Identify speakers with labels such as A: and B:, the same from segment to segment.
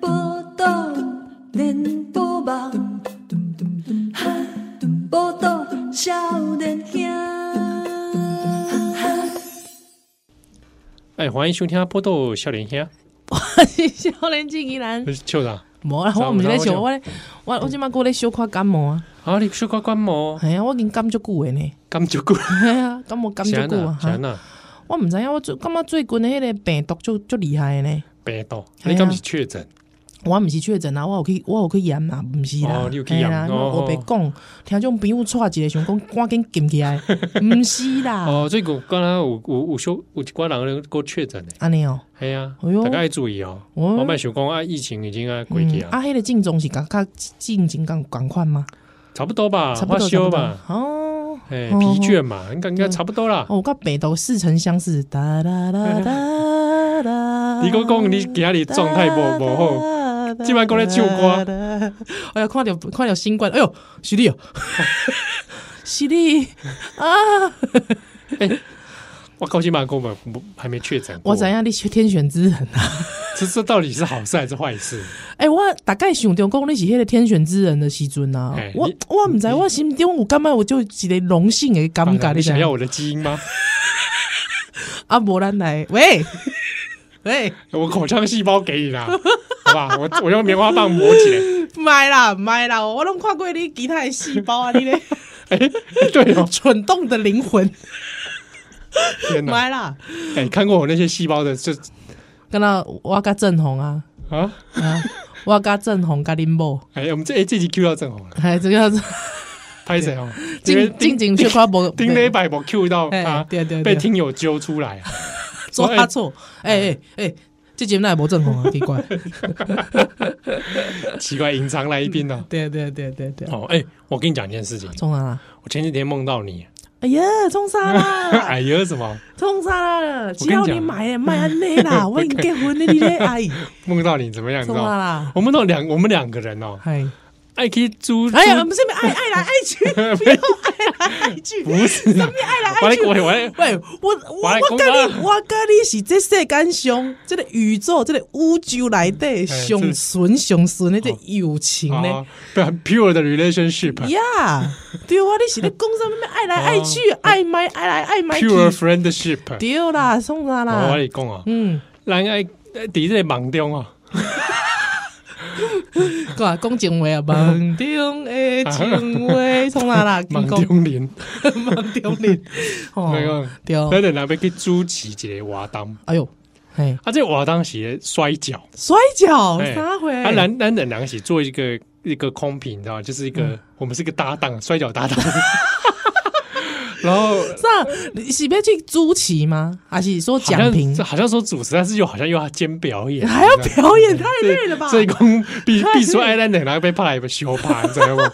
A: 报道连波网，报道少年兄。
B: 哎，欢迎收听波豆笑脸兄，
C: 少年进宜兰，
B: 笑啥？
C: 无啦，我毋是咧想，我咧，我我即摆过咧小可感冒啊，
B: 啊，你小可感冒，
C: 系啊，我已经感足久诶呢，
B: 感足久，
C: 系啊，感冒感足
B: 是安
C: 久
B: 呐
C: 啊，
B: 是安
C: 哈
B: 呐，
C: 我毋知啊影，我最感觉最近诶迄个病毒足足厉害的呢，
B: 病毒，
C: 嘿啊
B: 你敢不是确诊？
C: 我毋是确诊啊，我有去我有去验啊，毋是啦
B: 哦你有去验
C: 嘿啦
B: 哦
C: 我白讲，听种朋友带一个想讲赶紧禁 起来，毋是啦，
B: 哦，最近刚刚有有有小有一寡人够确诊的，
C: 安尼哦，
B: 哎呀，
C: 哎呦
B: 大家要注意哦。
C: 哦
B: 我卖想讲啊，疫情已经啊过去
C: 嗯
B: 啊，
C: 啊，迄个症状是甲甲症状共共款吗？
B: 差不多吧，
C: 差不
B: 发
C: 多，差
B: 啊烧
C: 不多
B: 吧，，
C: 哦。
B: 哎，
C: 哦
B: 疲倦嘛，应该应该
C: 对
B: 差不多啦。
C: 哦，我甲北斗似曾相识。哒哒哒哒哒。
B: 你讲讲你今日状态
C: 啊
B: 无无好，
C: 好
B: 这摆讲咧唱
C: 歌。哎呀，看着看着新冠，哎呦，是你哦， 是你啊！
B: 我高兴嘛，跟我们不还没确诊过，
C: 我知影你是天选之人啊！
B: 这这到底是好事还是坏事？
C: 哎，我大概想着讲你是迄个天选之人的时阵啊
B: 哎，
C: 我
B: 你
C: 我毋知我心中有感觉，我就有一个荣幸的感
B: 啊
C: 觉，
B: 你
C: 知
B: 想
C: 道
B: 要
C: 吗
B: 我的基因吗？
C: 啊？无咱来，喂 喂，
B: 我口腔细胞给你啦，好吧？我我用棉花棒磨起来。
C: 买啦买啦，我拢看过你其他的细胞啊，你咧。
B: 哎、对哦，
C: 蠢动的灵 魂，
B: 天哪！
C: 买啦！
B: 哎、看过我那些细胞的这
C: 跟那我甲郑红啊，
B: 啊？
C: 啊， 我甲郑红甲林某，
B: 哎、我们这哎、这集 Q 到正红了，
C: 还哎这个是
B: 拍谁哦？ 因为
C: 静
B: 丁
C: 静静雪花无
B: 丁磊百我 Q 到
C: 哎
B: 他，
C: 对对对
B: 啊被听友揪出来啊！
C: 做他错，哎哎哎，这节目那也无郑 红啊，奇怪，
B: 奇怪，隐藏来一宾呢、
C: 对对对对对，
B: 哦，哎、我跟你讲一件事情，
C: 冲啥啦？
B: 我前几天梦到你，
C: 哎呀，冲啥啦？
B: 哎呀什么？
C: 冲啥啦？只
B: 跟你讲
C: 要你买的，卖安尼 啦，我已经结婚了，你咧哎，
B: 梦到你怎么样？你知
C: 冲
B: 道
C: 啥
B: 吗？
C: 啦？
B: 我们到两我们两个人哦，
C: 哎，
B: 爱可以租，
C: 哎呀，
B: 租
C: 不是爱爱来爱 去，不要爱来爱去，
B: 不是啊，
C: 爱来
B: 我
C: 爱
B: 来
C: 去。
B: 我来我来
C: 喂，我我
B: 我来
C: 我
B: 讲
C: 跟
B: 啊
C: 你，我跟你是这世间上，这个宇宙，这个宇宙内底
B: 哎
C: 上纯上纯的这友情呢
B: 哦，对，很 pure 的 relationship。
C: 呀，对啊，你是咧讲什么爱来爱 去，爱买爱来爱买去，
B: pure friendship。
C: 对啦，送啥
B: 我
C: 啦
B: 跟？你讲哦，
C: 嗯，
B: 咱爱伫即呃个网中哦，
C: 讲讲 情话啊，梦中的情话，送啥啦？
B: 网
C: 讲讲
B: 中人，
C: 梦中 人，
B: 那
C: 哦，
B: 个
C: 对，
B: 咱两要去主持一个活动，
C: 哎呦，嘿，
B: 啊，这个活动是咧摔跤，
C: 摔跤
B: 哎
C: 啥回？
B: 啊，咱咱两人是做一个一个空瓶，你知道吗？就是一
C: 嗯
B: 个我们是一个搭档，摔跤 搭档。然后
C: 啥？你是要去主持吗？还是说
B: 好
C: 讲评
B: 像？好像说主持，但是又好像又要兼表演，
C: 还要表演，太
B: 这
C: 累了吧？
B: 所以讲 必必须爱咱两人被拍来相拍，你知道吗？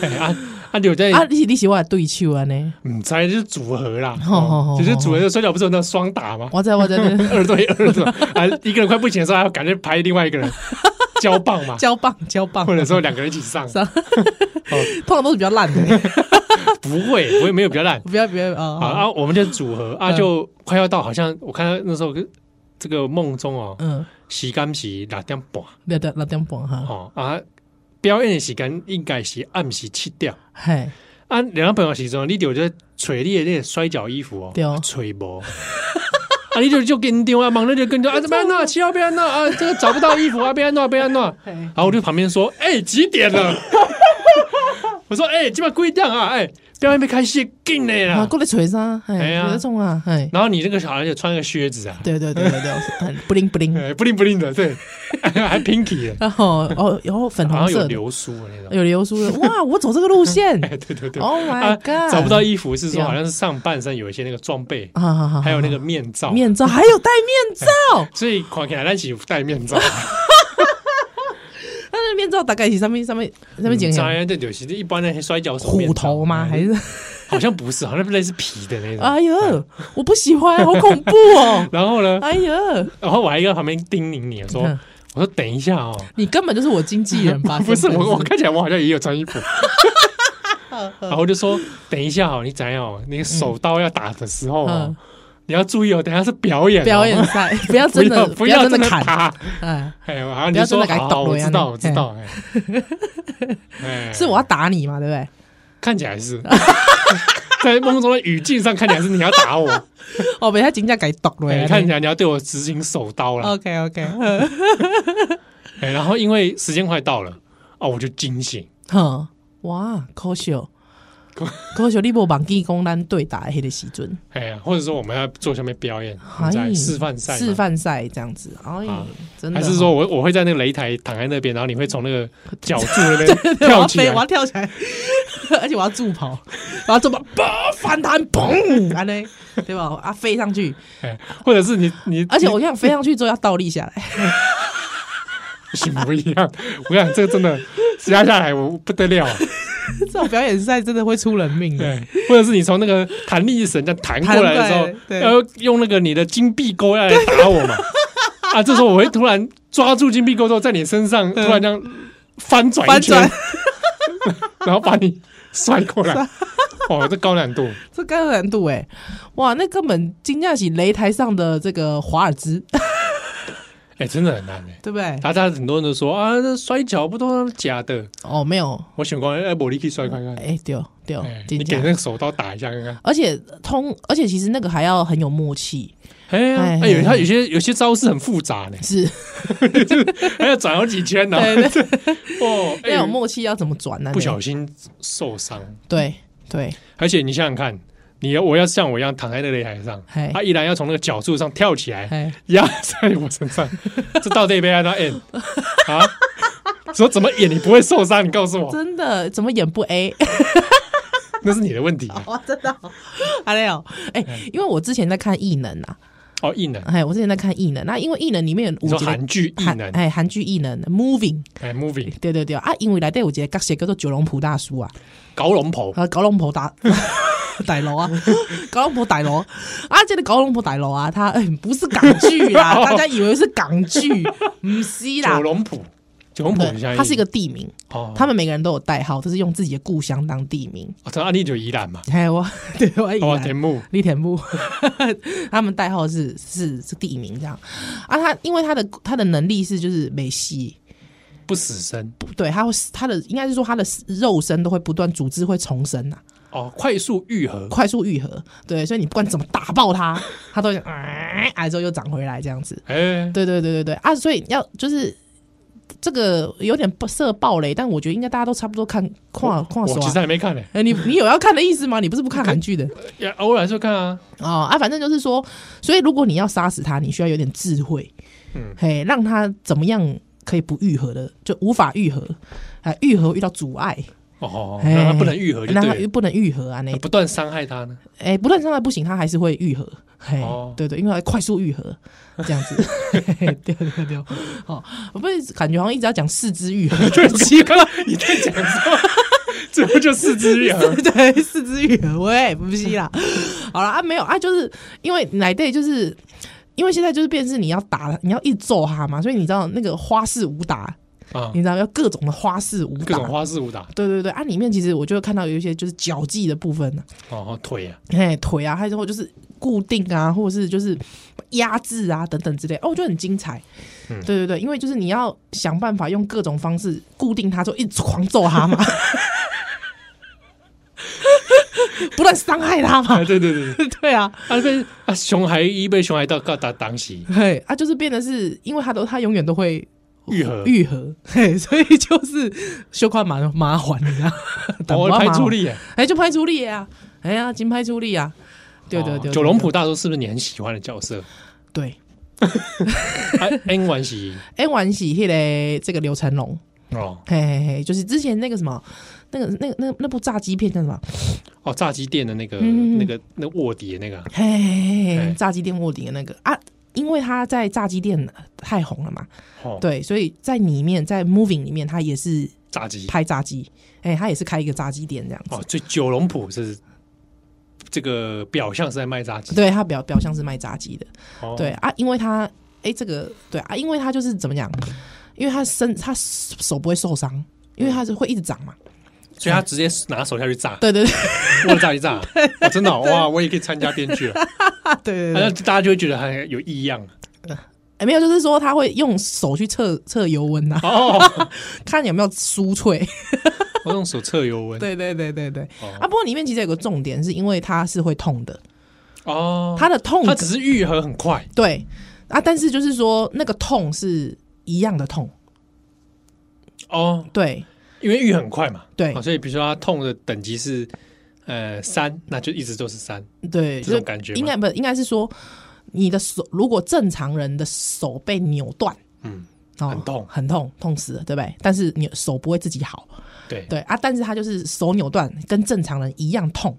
B: 哎啊啊！你有在
C: 啊，你是你是我的对手啊呢？
B: 唔知嗯就是组合啦，
C: 吼吼
B: 哦
C: 吼
B: 就是组合就摔跤不是有那种双打吗？
C: 我在我在 这
B: 二对二的啊，一个人快不行的时候，还要赶紧拍另外一个人 交棒嘛，
C: 交棒交棒，
B: 或者说两个人一起 上，
C: 啥？通常都是比较烂的，
B: 不会，不会没有比较烂
C: 不要不要
B: 啊
C: 啊！
B: 啊，我们就组合啊，
C: 嗯
B: 就快要到，好像我看到那时候这个梦中哦，
C: 嗯，
B: 时间是六点半
C: 六点六点半哈，
B: 哦啊，表演的时间应该是暗时七点。
C: 嘿，
B: 啊，两个朋友时阵，你就在找你的那个摔跤衣服哦，
C: 对哦
B: 找无。 啊，你就就跟丢啊，忙着就跟丢啊，怎么样呢？七号被安娜啊，这个找不到衣服啊，被安娜被安娜。然后我就旁边说，哎、几点了？ 我说，哎、今晚几点啊？哎、表演被开始进来
C: 啊，
B: 啦。
C: 过来锤啥？
B: 哎
C: 嘿，
B: 呀
C: 有种啊，嘿，
B: 然后你这个小孩就穿个靴子啊，
C: 对对对 对对，很不灵不灵，
B: 哎，不灵不灵的，对， 还 pinky 的，
C: 然后哦，然后粉
B: 然
C: 红
B: 后有
C: 色的，
B: 流苏的那种。
C: 有流苏的，哇，我走这个路线
B: 哎，对对对。
C: ，Oh my
B: 啊
C: God，
B: 找不到衣服是说
C: 对啊
B: 好像是上半身有一些那个装备，
C: 啊，好好好
B: 还有那个
C: 好
B: 面罩，
C: 面罩，还有戴面罩，
B: 所以看起来咱是戴面 罩，
C: 那那面罩大概是上面上面上面剪
B: 当然这就是一般的摔跤手嗯面罩嗯
C: 虎头吗？还是？
B: 好像不是，好像类似皮的那种。
C: 哎呦，我不喜欢，好恐怖 哦！
B: 然后呢，
C: 哎呦，
B: 然后我还在旁边叮咛你说
C: 嗯：“
B: 我说等一 下哦，
C: 你根本就是我经纪人吧
B: ？不是
C: 真的
B: 我，我看起来我好像也有穿衣服，然后就说等一下哦，你怎样哦？你手刀要打的时候哦，你要注意哦，等一下是表演哦
C: 嗯表 演，赛，不要
B: 不
C: 真
B: 要
C: 的
B: 不
C: 要
B: 真
C: 真
B: 的
C: 砍，
B: 打。
C: 哎，
B: 哎，然后你
C: 不要
B: 就说
C: 真的给
B: 好
C: 他
B: 好，我
C: 抖了
B: 知道，我
C: 这
B: 知
C: 样
B: 道， 哎，
C: 是我要打你嘛，对不对？
B: 看起来是 在梦中的语境上看起来是你要打 我，
C: 哦，被他金价给剁
B: 哎
C: 了，嗯
B: 看起来你要对我执行手刀了。
C: OK OK，
B: 哎，然后因为时间快到了，哦，我就惊醒。
C: 哼，哇，可惜 哦，可惜你无忘记讲咱对打的迄个时阵，
B: 哎呀，或者说我们要做下面表演，
C: 哎
B: 在示范赛吗，
C: 示范赛这样子，哎
B: 啊，
C: 真的
B: 还
C: 哦，
B: 是说我我会在那个擂台躺在那边，然后你会从那 个角柱那边跳
C: 对我要
B: 起
C: 飞，我要
B: 来？
C: 跳起来， 而且我要助跑，我要 助跑，砰反弹，砰，安呢，对吧？啊，飞上去，
B: 哎或者是你你，
C: 而且我跟你讲，飞上去之后要倒立下来，
B: 不行不一样， 我跟你讲这个真的 压下来我不得了，
C: 这种表演赛真的会出人命的。
B: 对，或者是你从那个弹力绳这样弹过来的时
C: 弹过来
B: 候，
C: 对
B: 要用那个你的金币钩要来打我 嘛？啊，这时候我会突然抓住金币钩之后，在你身上突然这样翻转一
C: 嗯翻
B: 圈
C: 转，
B: 然后把你摔过来，哦，这高难度，
C: 这高难度哎、哇，那根本惊讶起擂台上的这个华尔兹，
B: 哎，真的很难哎。
C: 对不对？
B: 大家很多人都说啊，这摔跤不都是假的？
C: 哦，没有，
B: 我想讲，哎，我力可以摔看看，
C: 哎、对哦对哦
B: 哎，
C: 真
B: 你
C: 假
B: 给那个手刀打一下看看。
C: 而且通，而且其实那个还要很有默契，
B: 哎呀
C: 哎，
B: 哎有他有些有些招式很复杂呢，
C: 是
B: 还要转好几圈呢。
C: 对 对，
B: 哦，哎
C: 要有默契，要怎么转呢、
B: 不小心受伤，
C: 对对，
B: 而且你想想看，你要我要像我一样躺在那擂台上啊
C: 嘿，
B: 他依然要从那个角柱上跳起来，
C: 哎，
B: 压在我身上，这到底被按到 end 啊？说怎么演你不会受伤？你告诉我，
C: 真的怎么演不 A？
B: 那是你的问题
C: 哇，真的、哦，还有哎，
B: 嗯
C: 因为我之前在看异能啊，
B: 哦，异能。
C: 哎，我之前在看异能，那因为异能里面有
B: 你
C: 五
B: 说
C: 集
B: 韩剧异能，
C: 哎，韩剧异能 Moving，
B: 哎，movie
C: 对对对啊，因为来对有一个角色叫做九龙浦大叔啊，
B: 搞龙婆，
C: 啊，九龙浦大 大佬啊，九龙浦大佬啊，这个九龙浦大佬啊，他、哎不是港剧啦，大家以为是港剧，不是啦
B: 九，龙浦，九龙浦很像，
C: 对它是一个地名，
B: 哦，
C: 他们每个人都有代号，就是用自己的故乡当地名。
B: 哦这案例就宜兰嘛，
C: 哎，我对我以
B: 哦，
C: 为
B: 田木，
C: 李田木，他们代号是是是地名这样啊。他因为他的他的能力是就是美西，
B: 不死身，
C: 不对，他会他的应该是说他的肉身都会不断组织会重生呐、
B: 哦，快速愈合，
C: 快速愈合。对，所以你不管怎么打爆他，他都会啊，哎之后又长回来这样子。
B: 哎，
C: 对对对对对啊，所以要就是。这个有点不射爆雷，但我觉得应该大家都差不多看跨跨
B: 我
C: 手
B: 其
C: 啊
B: 实。还没看呢，
C: 哎、你你有要看的意思吗？你不是不看韩剧的
B: 也偶尔就看啊，
C: 哦啊？反正就是说，所以如果你要杀死他，你需要有点智慧，
B: 嗯
C: 嘿，让他怎么样可以不愈合的，就无法愈合，啊，愈合遇到阻碍，
B: 哦，
C: 嘿
B: 让他不能愈合就
C: 哎那他
B: 对了，
C: 不能愈合啊，那
B: 那不断伤害他呢，
C: 哎、不断伤害不行，他还是会愈合，嘿，
B: 哦
C: 对对，因为它快速愈合这样子，嘿嘿对对对，哦，我不是感觉好像一直要讲四肢愈合，
B: 对，奇怪，你在讲什么？最后就四肢愈合，
C: 对，四肢愈合，喂，不是啦。 好了啊，没有啊，就是因为奶 day 就是因为现在就是变成是你要打，你要一直揍他嘛，所以你知道那个花式武打，
B: 啊
C: 你，知道要各种的花式武
B: 各
C: 打
B: 种。花式武打，
C: 对对对啊，里面其实我就会看到有一些就是脚技的部分呢、
B: 哦，腿啊，
C: 哎，腿啊，还有就是固定啊，或者是就是压制啊等等之类，哦，我觉得很精彩。
B: 嗯
C: 对对对，因为就是你要想办法用各种方式固定他，就一直狂揍他嘛， 不断伤害他嘛
B: 啊，。对对对，对
C: 哎对啊，
B: 啊被啊熊孩一被熊孩到到打当洗
C: 嘿，啊，就是变得是因为他都他永远都会
B: 愈合，
C: 愈合，嘿，所以就是修块麻麻环，你知道吗？
B: 哦，
C: 打麻
B: 拍
C: 麻
B: 出，力啊。
C: 哎，就拍出力啊，哎呀，金拍出力啊，对对
B: 哦
C: 对，
B: 九龙
C: 浦
B: 浦大叔是不是你很喜欢的角色？
C: 对。
B: 啊，N 完喜
C: 哎，玩喜迄嘞，这个刘成龙，
B: 哦
C: 嘿嘿嘿，就是之前那个什么，那个那个那那部炸鸡片叫什么？
B: 哦，炸鸡店的那个
C: 嗯
B: 那个那卧底的那个啊，
C: 嘿嘿嘿
B: 哎
C: 嘿，炸鸡店卧底的那个啊，因为他在炸鸡店太红了嘛，
B: 哦，
C: 对，所以在里面在 Moving 里面，他也是
B: 炸鸡
C: 拍炸鸡，哎、他也是开一个炸鸡店这样子。
B: 哦，所以九龙浦是这个表象是在卖炸鸡，
C: 对他表表象是卖炸鸡的，
B: 哦
C: 对啊，因为他哎、这个对啊，因为他就是怎么讲，因为他身他手不会受伤，因为他是会一直长嘛，
B: 所以他直接拿手下去炸，
C: 对对对
B: 我炸一炸， 哇真的哦哇，我也可以参加编剧了，
C: 对对
B: 好
C: 对
B: 像，大家就会觉得很有异样
C: 哎没有，就是说他会用手去测测油温呐、啊，
B: 哦。
C: 看有没有酥脆。
B: 我用手测油温，
C: 对对对对对。
B: 哦
C: 啊，不过里面其实有个重点，是因为它是会痛的，
B: 哦，
C: 它的痛
B: 它只是愈合很快
C: 对啊，但是就是说那个痛是一样的痛，
B: 哦，
C: 对
B: 因为愈很快嘛，
C: 对
B: 哦所以比如说它痛的等级是呃三，那就一直都是三，这
C: 对，就是
B: 种感觉吗
C: 应该不应该是说你的手，如果正常人的手被扭断，
B: 嗯，
C: 哦
B: 很痛
C: 很痛，痛死了，对不对？但是你手不会自己好，
B: 对，
C: 对啊，但是他就是手扭断，跟正常人一样痛，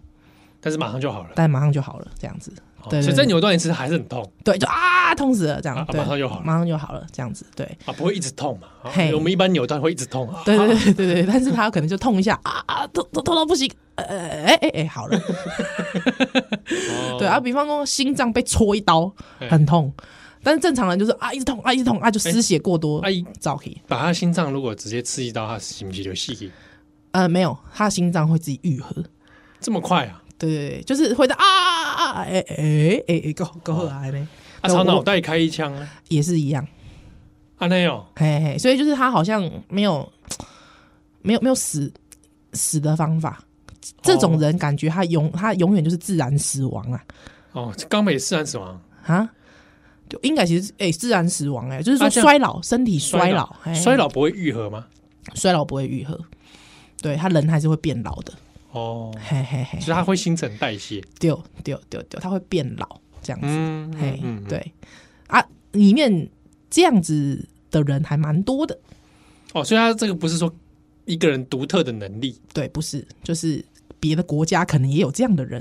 B: 但是马上就好了，
C: 但马上就好了，这样子，
B: 哦
C: 对对
B: 所以再
C: 对
B: 扭断一次还是很痛
C: 对，就啊，痛死了，这
B: 啊
C: 样
B: 啊，
C: 对
B: 马上就好了
C: 马上就好了，这样子，对，
B: 啊，不会一直痛嘛，啊
C: 嘿
B: 我们一般扭断会一直痛啊，
C: 对对对对对，但是他可能就痛一下啊啊，痛痛痛到不行，呃哎哎哎，好了，
B: 哦哎
C: 对啊，，比方说心脏被戳一刀
B: 嘿
C: 很痛，但是正常人就是啊一直痛啊一直痛啊
B: 哎
C: 就失血过多，
B: 阿姨
C: 早期
B: 把他心脏如果直接刺一刀，他行不行就细？
C: 呃没有，他心脏会自己愈合，
B: 这么快啊？
C: 对对对，就是会的啊啊啊啊哎哎哎哎，够够好啊呢，
B: 啊，
C: 那
B: 朝
C: 我
B: 脑袋开一枪呢？
C: 也是一样，
B: 啊，那有
C: 嘿嘿，所以就是他好像没有没有没有死死的方法。这种人感觉他永他永远就是自然死亡啊！
B: 哦，冈美自然死亡，
C: 啊，就应该其实哎、自然死亡哎、就是说
B: 啊这样
C: 衰老，身体衰老，哎
B: 衰老不会愈合吗？
C: 衰老不会愈合，对他人还是会变老的，
B: 哦，
C: 嘿嘿嘿
B: 就是，它会新陈代谢。
C: 丢丢丢丢，他会变老这样子，
B: 嗯，
C: 嘿，
B: 嗯，嗯。
C: 对啊，里面这样子的人还蛮多的，
B: 哦，所以它这个不是说一个人独特的能力
C: 对，不是，就是别的国家可能也有这样的人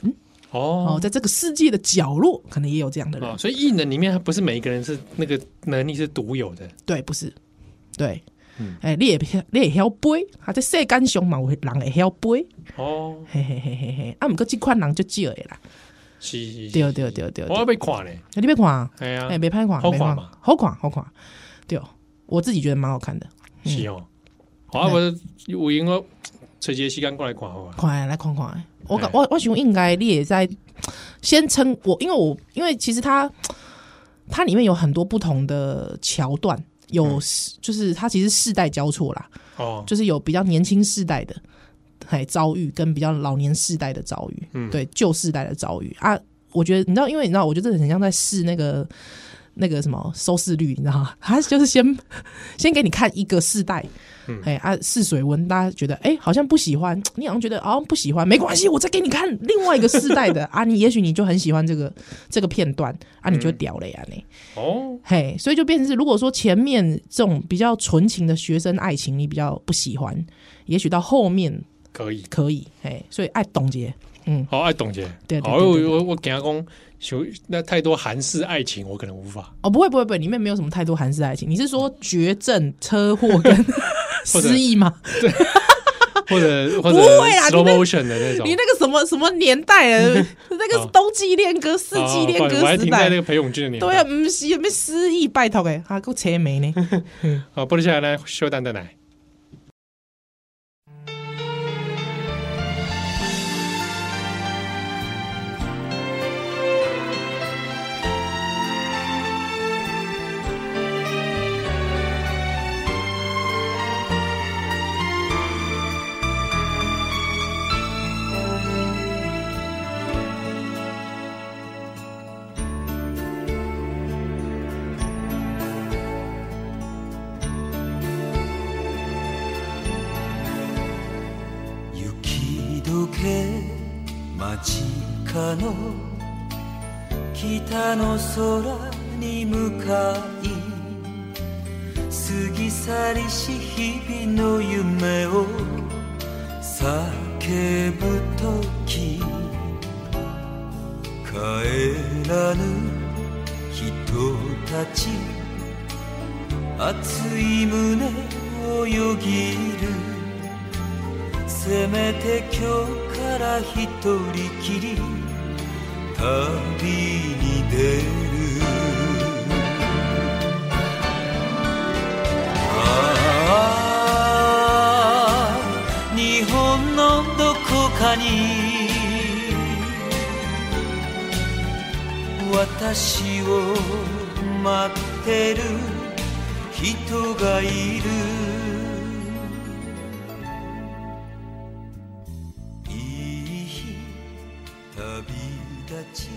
C: 哦，
B: 哦。
C: 在这个世界的角落可能也有这样的人
B: 哦，，所以异能里面，它不是每一个人是那个能力是独有的
C: 对，不是，对
B: 嗯。
C: 哎、你也你也晓飞，啊，这世间上嘛，有人会晓飞，
B: 哦。
C: 嘿嘿嘿嘿嘿，啊，毋过即款人就少的啦，
B: 是，是
C: 对
B: 是
C: 对对对
B: 我
C: 对，
B: 要被垮嘞。
C: 你别看啊，
B: 哎呀
C: 哎，，别歹看，
B: 好看
C: 别看
B: 嘛，
C: 好看好看，对，我自己觉得蛮好看的，
B: 是哦。好啊，我我应该垂直吸干过来垮好啊。
C: 快来看看。我感
B: 哎
C: 我我想应该你也在先称我，因为我因为其实它它里面有很多不同的桥段，
B: 嗯
C: 有世就是它其实世代交错啦，
B: 哦，
C: 就是有比较年轻世代的哎遭遇，跟比较老年世代的遭遇，
B: 嗯
C: 对旧世代的遭遇啊。我觉得你知道，因为你知道，我觉得这很像在试那个那个什么收视率，你知道吗？ 他就是先先给你看一个世代，
B: 嗯
C: 哎、啊试水温，大家觉得哎、好像不喜欢，你好像觉得好像不喜欢，没关系，我再给你看另外一个世代的 啊，你也许你就很喜欢这个这个片段啊，你就会
B: 嗯
C: 屌了呀你。
B: 哦，
C: 嘿，所以就变成是，如果说前面这种比较纯情的学生爱情你比较不喜欢，也许到后面
B: 可以。
C: 可以，嘿，所以爱董洁，嗯，
B: 好，爱董姐。
C: 对对
B: 好，
C: 对
B: 我
C: 对对
B: 我我给他讲，就那太多韩式爱情，我可能无 法。
C: 哦，不会不会不会，里面没有什么太多韩式爱情，你是说绝症、车祸跟
B: 或者
C: 失忆吗？
B: 或者或者
C: 不会啊
B: slow
C: 你那
B: motion 的那种。
C: 你那个什么什么年代了？那个是
B: 哦
C: 冬季恋歌、四季恋
B: 哦不好意思我
C: 歌
B: 还
C: 时
B: 停在
C: 代
B: 那。个裴勇俊的年代。
C: 对啊，不是什么失忆，拜托诶，还够扯眉呢。
B: 好，玻璃下来修蛋蛋奶。
D: 雪解け街角北の空に向かい過ぎ去りし日々の夢を叫ぶ時帰らぬ人たち熱い胸をよぎるせめて今日から一人きり旅に出るああ日本私を待ってる人がいるいい日旅立ち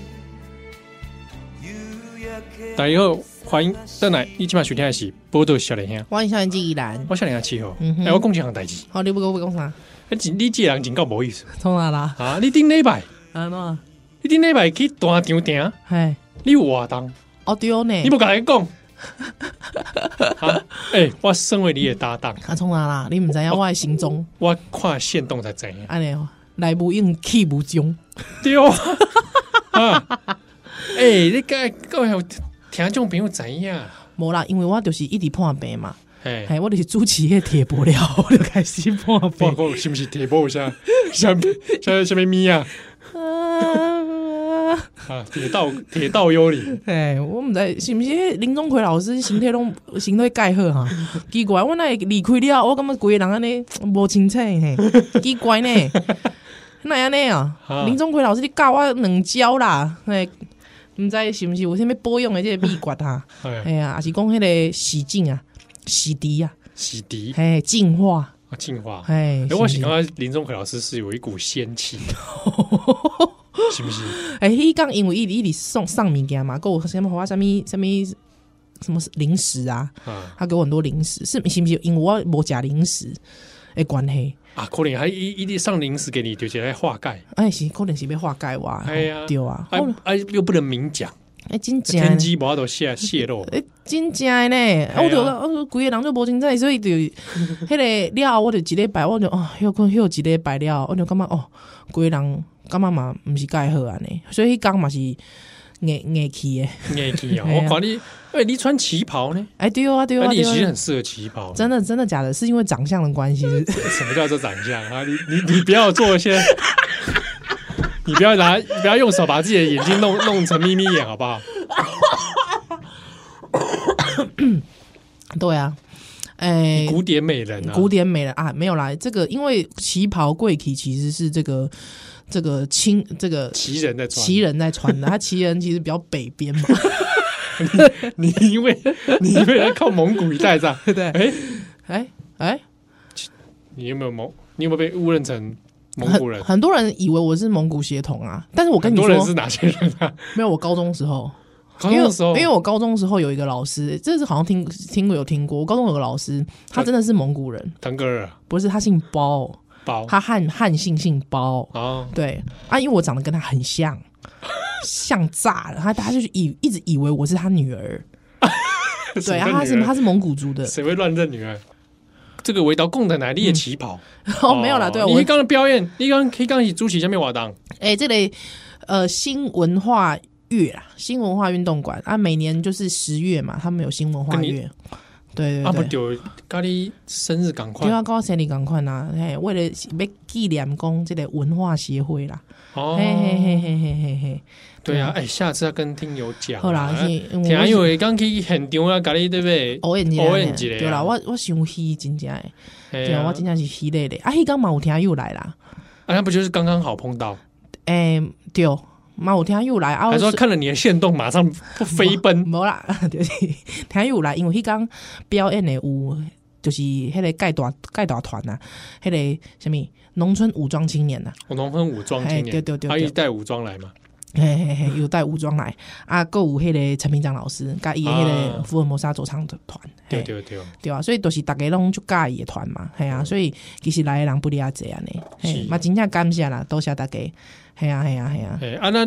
D: 夕焼け
B: 大家好，欢迎邓来，一起码收听的是《波多少年兄
C: 欢迎小年纪依然》，
B: 我少年兄气候。哎、
C: 嗯哼
B: 我讲一项代志，
C: 好，你不跟我讲啥？
B: 哎，真你这个人真够无意思
C: 从哪啦？
B: 啊！你顶礼拜，
C: 啊喏，
B: 你顶礼拜去大场店，
C: 嘿，
B: 你有活动，
C: 哦对哦呢，
B: 你不甲人讲？ 啊！哎、我身为你的搭档，
C: 啊从哪啦？你唔知影我的行踪，
B: 我看线动才知影。
C: 安尼哦，来无应去无踪，
B: 对哦， 啊！哎、你该各位听众朋友知影，
C: 无啦，因为我就是一直破病嘛，
B: 哎、
C: 嘿，我就是主持迄铁不了， 我就开始破
B: 报
C: 病。
B: 告是不是提报一 下？什么什么什么咪啊？
C: 啊
B: 啊，铁道铁道幽灵，
C: 哎，我毋知是毋是迄林宗奎老师身体拢身体介好哈？奇怪，我那离开了，我感觉规个人安尼无清醒嘿，奇怪呢，那安尼啊
B: 哈？
C: 林宗奎老师你教我两招啦，嘿，毋知是毋是有啥物保养的即个秘诀啊？哎
B: 哎，
C: 呀，也是讲迄个洗净啊、洗涤啊、
B: 洗涤
C: 嘿净化，
B: 啊，净化。哎，
C: 嘿，是
B: 我
C: 不是
B: 喜欢林宗奎老师是有一股仙 气，是不是？
C: 哎，迄讲因为伊伊直送送物件嘛，还有什么花什么什么什么零食啊，
B: 啊
C: 他给我很多零食，是是不是因为我无食零食的关系？
B: 啊，可能还一一粒上零食给你，就是来化钙。
C: 哎，是可能是被化解我的，
B: 哎呀，
C: 对啊，
B: 哎
C: 我
B: 哎，又不能明讲，
C: 哎，真正
B: 天
C: 的，
B: 机不要都泄泄露。
C: 哎，真正的呢，啊我就
B: 哎呀
C: 我规个人就无精彩，所以就迄个了，我就一礼拜，我就哦，休困休一礼拜了，我就感觉哦，规个人感觉嘛，毋是介好安尼，所以迄工嘛是硬硬气的，
B: 眼睛啊，
C: 哎呀
B: 我看你，哎，你穿旗袍呢？
C: 哎，对啊，对
B: 那
C: 啊，
B: 你
C: 对
B: 其实
C: 啊，
B: 很适合旗袍。
C: 真的真的假的？是因为长相的关系？是不是
B: 什么叫做长相啊？你你你不要做一些， 你不要拿，不要用手把自己的眼睛弄弄成眯眯眼，好不好？
C: 对啊，哎，
B: 古典美人啊，
C: 古典美人啊，没有啦，这个因为旗袍贵体其实是这个这个清这个
B: 奇人在穿。
C: 旗人在穿的，他旗人其实比较北边嘛，
B: 你因为你因为要靠蒙古一带这样，
C: 对不对？
B: 哎，
C: 哎哎，
B: 你有没有蒙？你有没有被误认成蒙古人
C: 很？很多人以为我是蒙古血统啊，但是 我跟
B: 很
C: 你
B: 多人是
C: 说，
B: 哪些人 啊？
C: 没有，我高中时候。
B: 高
C: 因
B: 中
C: 为
B: 的时候，
C: 因为我高中时候有一个老师，这是好像听听过有听过。我高中有个老师，他真的是蒙古人，
B: 腾格尔
C: 不是他姓包，
B: 包
C: 他汉汉姓姓包。
B: 啊，
C: 对啊，因为我长得跟她很像， 像炸了，他他就是以一直以为我是他女儿，对，啊，
B: 什么
C: 他是
B: 女儿
C: 他是蒙古族 的，
B: 谁会乱认女儿？这个围到共产党列旗袍
C: 哦，没有啦，对啊，
B: 你
C: 我
B: 刚刚的表演，你刚刚刚以主席下面瓦当
C: 哎、这类呃新文化月啦，新文化运动馆啊，每年就是十月嘛，他们有新文化
B: 跟你
C: 月，对
B: 啊，
C: 对
B: 不
C: 对。
B: 丢咖喱生日赶快
C: 对啊，跟我生日赶快呐！嘿，为了是要纪念讲这个文化协会啦，
B: 哦
C: 嘿嘿嘿嘿嘿嘿嘿，
B: 对啊，哎，下次要跟听友讲啊。
C: 好啦，是因为
B: 听
C: 我是
B: 友会刚去现场啊，咖喱对不对？
C: 偶然一下呢
B: 偶然一下啊
C: 对啦，我我想虚真正的，
B: 哎
C: 对
B: 呀
C: 啊，我真正是虚累的。啊，迄刚嘛有听又来啦，
B: 啊，那不就是刚刚好碰到？
C: 诶、对，嘛有听又来啊，
B: 还
C: 我
B: 说看了你的线动，马上飞 奔。
C: 无啦，就是听又来，因为迄刚表演的有就是迄个盖大盖大团呐、啊，迄、个什物农村武装青年呐、
B: 我农村武装
C: 哎
B: 青
C: 对
B: 年，
C: 对对
B: 他一
C: 对，
B: 带武装来嘛，
C: 嘿嘿嘿，有带武装来啊，搁有迄个陈明章老师，甲伊迄个
B: 啊
C: 福尔摩沙走唱团，嘿
B: 对对对，
C: 对啊，所以都是大家拢就介意的团嘛，系啊，所以其实来的人不哩啊这样呢，嘿，
B: 是
C: 嘛真正感谢啦，多谢大家，系啊系啊系啊，
B: 哎啊那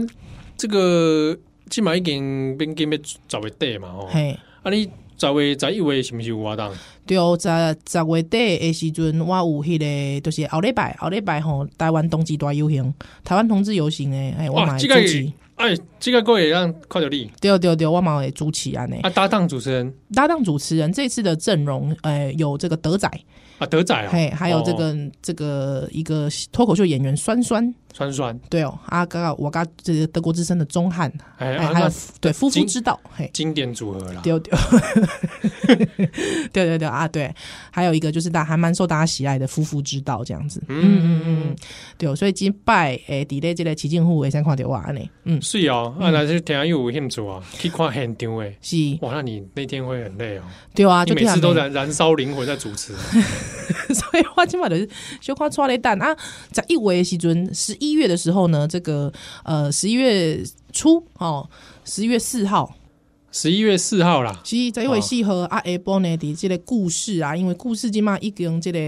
B: 这个起码已经变今要十月底嘛吼，
C: 嘿。
B: 啊你十月十一月是不是有活动？
C: 对，哦十十月底的时阵，我有迄、个，就是后礼拜，后礼拜吼，台湾冬季大游行，台湾同志游行诶，哎，我
B: 哇
C: 嘛会
B: 这个
C: 主持，
B: 哎，这个各位让快点力
C: 对哦对对，我嘛会主持安尼。
B: 啊！搭档主持人
C: 搭档主持人这次的阵容，呃，有这个德仔，
B: 啊，德仔
C: 嘿，
B: 哦，
C: 还有这个、这个一个脱口秀演员酸酸，
B: 酸酸，
C: 对哦，啊，刚刚我刚这个德国之声的钟汉，
B: 哎，
C: 哎，
B: 啊
C: 还有
B: 那
C: 对夫妇
B: 金
C: 之道，嘿。
B: 经典组合啦，
C: 对对对对对啊！啊，对，还有一个就是大还蛮受大家喜爱的《夫妇之道》这样子。嗯
B: 嗯
C: 嗯嗯，对，所以今拜诶，伫咧这个旗舰户会先看到我安尼，嗯，
B: 是哦，啊，那是听有兴趣啊，去看现场诶。
C: 是，
B: 哇，那你那天会很累哦，
C: 对啊，
B: 你
C: 就
B: 每次都
C: 听人
B: 燃燃烧灵魂在主持，
C: 所以我今晚就是小看抓了一蛋啊，在一月的时阵，十一月的时候呢，这个呃十一月初哦，十一月四号，
B: 十一月四号啦，
C: 是在一
B: 哦
C: 月四号、啊，下晡呢，伫这个故事啊，因为故事今嘛已经这个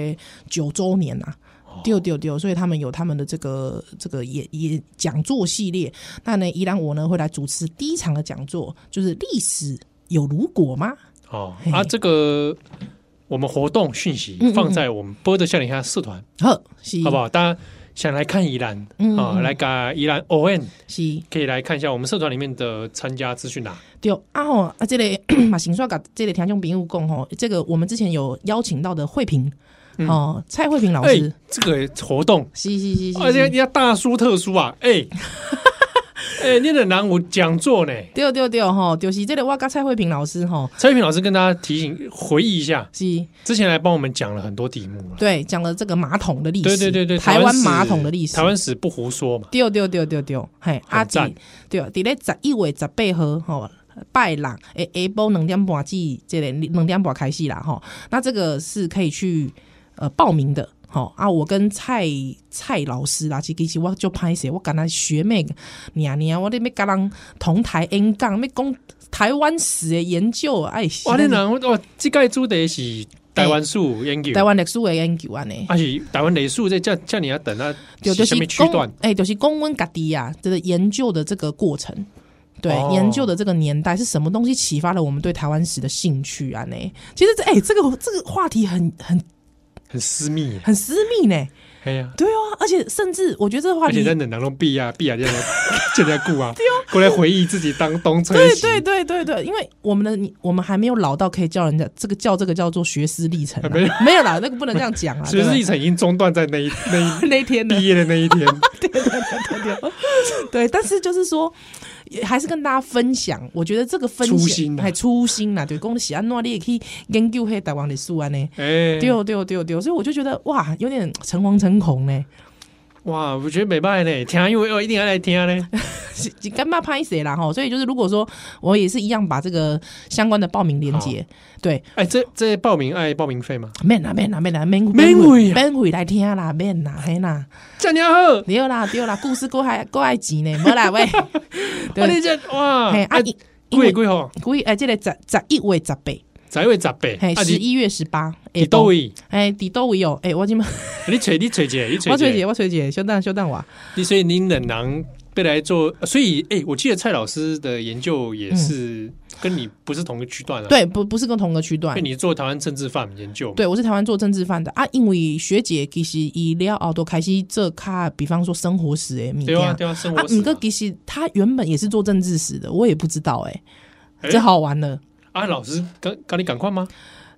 C: 九周年啊。
B: 哦
C: 对对对，所以他们有他们的这个这个也也讲座系列。那呢，依然我呢会来主持第一场的讲座，就是历史有如果吗？
B: 哦
C: 嘿
B: 啊，这个我们活动讯息放在我们波的笑脸下社团，
C: 呵，是
B: 好不好？大家想来看宜兰
C: 嗯
B: 啊，
C: 嗯
B: 来个宜兰 ON
C: 是
B: 可以来看一下我们社团里面的参加资讯啦。
C: 对啊吼啊，这个 嘛，先说甲这个听众朋友讲吼，这个我们之前有邀请到的慧萍
B: 嗯
C: 哦，蔡慧萍老
B: 哎
C: 师，，
B: 这个活动，
C: 是是是
B: 而
C: 是
B: 且
C: 是，
B: 要大书特书啊， 哎哎，你的南无讲座呢？
C: 对对对吼，就是这个我甲蔡慧萍老师吼，
B: 蔡玉平老师跟大家提醒回忆一下，
C: 是
B: 之前来帮我们讲了很多题目了。
C: 对讲了这个马桶的历史，
B: 对对对对，
C: 台湾
B: 史
C: 马桶的历史，
B: 台湾史不胡说嘛。
C: 对对对对对，嘿，啊，
B: 很赞
C: 伫对，伫咧十一月十八号吼。拜六诶，下晡两点半至这个两点半开始啦吼。那这个是可以去呃报名的，吼啊！我跟蔡蔡老师啦，其实其实我就拍摄，我跟他学妹娘娘，我咧要跟人同台演讲，要讲台湾史的研究，哎，是
B: 哇，你人哇，这届主题是台湾史研究，
C: 哎台湾历史的研究安尼。
B: 而且台湾历史这叫叫你要等啊，
C: 对，就是
B: 什么区段
C: 讲？哎、就是公温嘎迪亚这个啊研究的这个过程，对，
B: 哦
C: 研究的这个年代是什么东西启发了我们对台湾史的兴趣啊？呢，其实这哎、这个这个话题很很
B: 很私密。啊
C: 很私密呢，
B: 哎呀，
C: 对啊，而且甚至我觉得这个话
B: 而且
C: 题
B: 在。冷当中避啊避啊， 就在就在顾啊，过来回忆自己当东吹
C: 哦对
B: 西，
C: 对对对对，因为我们的你我们还没有老到可以叫人家这个叫这个叫做学思历程、啊，
B: 没有
C: 没有啦，那个不能这样讲啊。
B: 学
C: 对不
B: 士
C: 对
B: 历程已经中断在那一那一
C: 那一天呢
B: 毕，业的那一 天。
C: 对，但是就是说，也还是跟大家分享，我觉得这个分
B: 初
C: 享
B: 心啊
C: 还初心呐、对，讲喜安诺你也可以研究黑台湾的书啊呢。
B: 哎，
C: 对哦对对对，所以我就觉得哇，有点诚惶诚恐呢，
B: 哇，我觉得美败呢，听因为哦我一定要来听呢。
C: 是是干嘛拍谁啦哈？所以就是如果说我也是一样把这个相关的报名链接，对
B: 哎，这这报名爱报名费吗？
C: ，man 啦 man 啦 man 啦 man
B: 免费啊
C: 免费来听啦 man 啦嘿啦，
B: 这样好，
C: 对啦对啦，故事够还够爱钱呢，没啦 喂，
B: 我啊你
C: 对，
B: 这哇，
C: 嘿啊
B: 啊，
C: 因因
B: 贵
C: 为
B: 贵吼，
C: 故意哎，这个十十一月十八。
B: 才会十八，
C: 嘿，
B: 啊
C: 哎十
B: 你
C: 一月十八，
B: 你都
C: 位，
B: 位，
C: 哎，伫倒位哦，哎，我今嘛，
B: 你找你找一个，你找
C: 我崔
B: 一
C: 姐，
B: 个，
C: 我崔姐，小等小等我，
B: 你所以你冷囊被来做，所以哎，我记得蔡老师的研究也是跟你不是同个区段啊，，
C: 嗯 对，不不是跟同个区段
B: 因为，你做台湾政治犯研究嘛，
C: 对我是台湾做政治犯的啊，因为学姐其实伊了后都开始做卡，比方说生活史诶物
B: 对
C: 件，
B: 啊
C: 啊，
B: 对啊，生活史
C: 毋过
B: 嘛
C: 其实她原本也是做政治史的，我也不知道诶，
B: 哎
C: 这好玩了。
B: 啊，老师赶赶你赶快吗？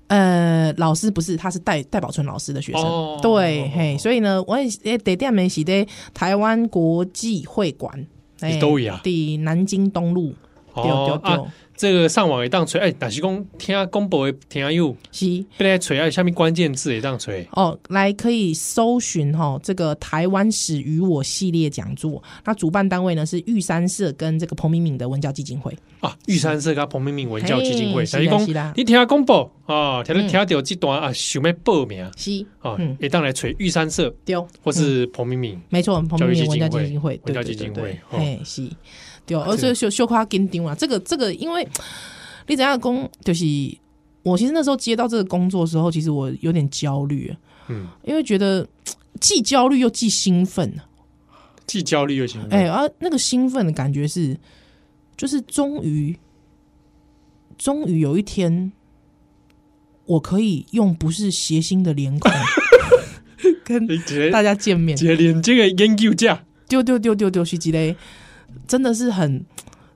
C: 呃，老师不是，他是戴戴宝春老师的学生，
B: 哦
C: 对，嘿，所以呢，我也诶得店门是在台湾国际会馆，
B: 你都有啊
C: 伫南京东路，对对
B: 哦
C: 对。
B: 啊，这个上网也当锤，哎，哪是讲听公播的听友
C: 是
B: 被来锤啊，下面关键字也当锤，
C: 哦，来可以搜寻哈、这个台湾史与我系列讲座，那主办单位呢是玉山社跟这个彭敏敏的文教基金会。
B: 啊，玉山社甲彭明明文教基金会，等于
C: 嘿是啦是啦
B: 讲你听公布啊，听
C: 嗯
B: 到听到这段啊，想要报名
C: 是，
B: 啊
C: 嗯，
B: 也当来找玉山社
C: 对，
B: 或是彭明明，
C: 没错，彭敏敏文教基
B: 教育基
C: 金
B: 金
C: 会
B: 会，
C: 对
B: 文教
C: 对
B: 基
C: 对
B: 金
C: 对
B: 会，哦
C: 嘿，是，对，而且秀秀夸跟丢啦，这个这个，因为你怎样工，就是我其实那时候接到这个工作的时候，其实我有点焦虑，
B: 嗯，
C: 因为觉得既焦虑又既兴奋。啊
B: 既焦虑又兴
C: 哎、
B: 奋，
C: 啊，那个兴奋的感觉是，就是终于，终于有一天，我可以用不是谐星的脸孔 跟
B: 你直
C: 大
B: 接
C: 家见面
B: 直。接连这个研究价
C: 丢丢丢丢丢，徐吉雷真的是很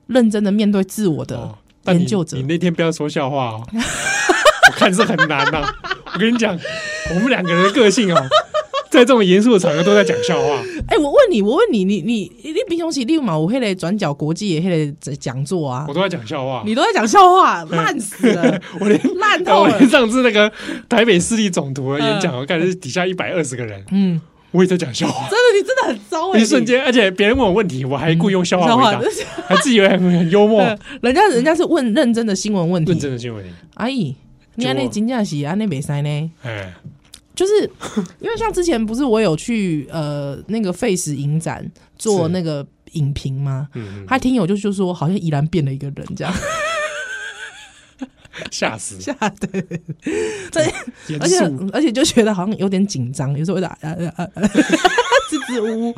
C: 认真的面对自我的
B: 哦，但你
C: 研究者。
B: 你那天不要说笑话 哦，啊我看是很难呐。我跟你讲，我们两个人的个性哦，在这种严肃的场合都在讲笑话。
C: 哎、我问你，我问你，你你你平常时你有嘛有迄个转角国际的迄个讲座啊
B: 我？都在讲笑话。
C: 你都在讲笑话，烂死了，我连烂
B: 啊
C: 透
B: 我
C: 了
B: 连。上次 那个台北市立总图的演讲，我看是底下一百二十个人，
C: 嗯，
B: 我也在讲笑话。
C: 真的，你真的很糟哎、
B: 一瞬间，而且别人问我问题，我还故意用笑
C: 嗯你，笑
B: 话
C: 话嗯
B: 回，答， 还自以为很很幽默。
C: 人家人家是问认真的新闻问
B: 哦
C: 题。
B: 认真的新闻，
C: 阿姨，你安
B: 就
C: 内
B: 我
C: 真正是安内袂使呢？
B: 哎，
C: 就是 因为像之前不是我有去呃那个 Face 影展做
B: 是
C: 那个影评吗？
B: 嗯，
C: 他听友就就说好像依然变了一个人这样，
B: 嗯吓死，
C: 吓对，
B: 严
C: 而且
B: 肃，
C: 而且就觉得好像有点紧张，有时候会打啊啊啊啊 支支吾吾，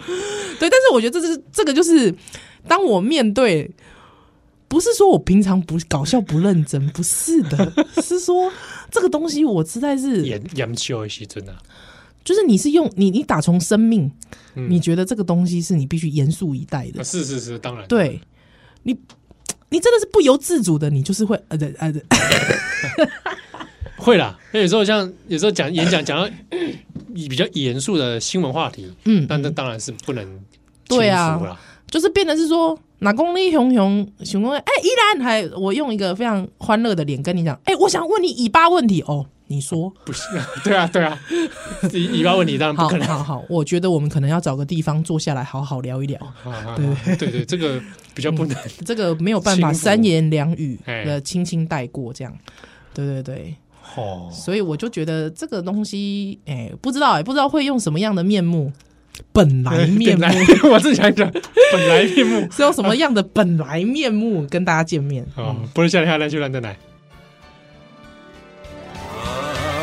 C: 对，但是我觉得这是这个就是当我面对。不是说我平常不搞笑不认真，不是的，是说这个东西我实在 是
B: 严严肃的时阵啊，
C: 嗯就是你是用你你打从生命，
B: 嗯
C: 你觉得这个东西是你必须严肃以待的
B: 啊，是是是，当然，
C: 对你，你真的是不由自主的，你就是会呃呃呃，
B: 会啦。那有时候像有时候讲演讲讲到以比较严肃的新闻话题，
C: 嗯，
B: 那那当然是不能
C: 对啊
B: 轻浮啦，
C: 就是变得是说。哪公力熊熊熊公哎，依然还我用一个非常欢乐的脸跟你讲，哎、我想问你尾巴问题哦，你说
B: 不行， 对啊 对啊，以以巴问题当然不
C: 好
B: 可能。
C: 好好，我觉得我们可能要找个地方坐下来好好聊一聊，
B: 啊
C: 对
B: 对对对，这个比较不能。
C: 这个没有办法
B: 轻浮
C: 三言两语
B: 哎
C: 的轻轻带过这样，对对对，
B: 哦，
C: 所以我就觉得这个东西，哎、不知道哎、不知道会用什么样的面目，本来面
B: 本
C: 目
B: 来我自己想一想，本来面目
C: 是用什么样的本来面目跟大家见面。
B: 啊，不是夏天下来就乱的奶。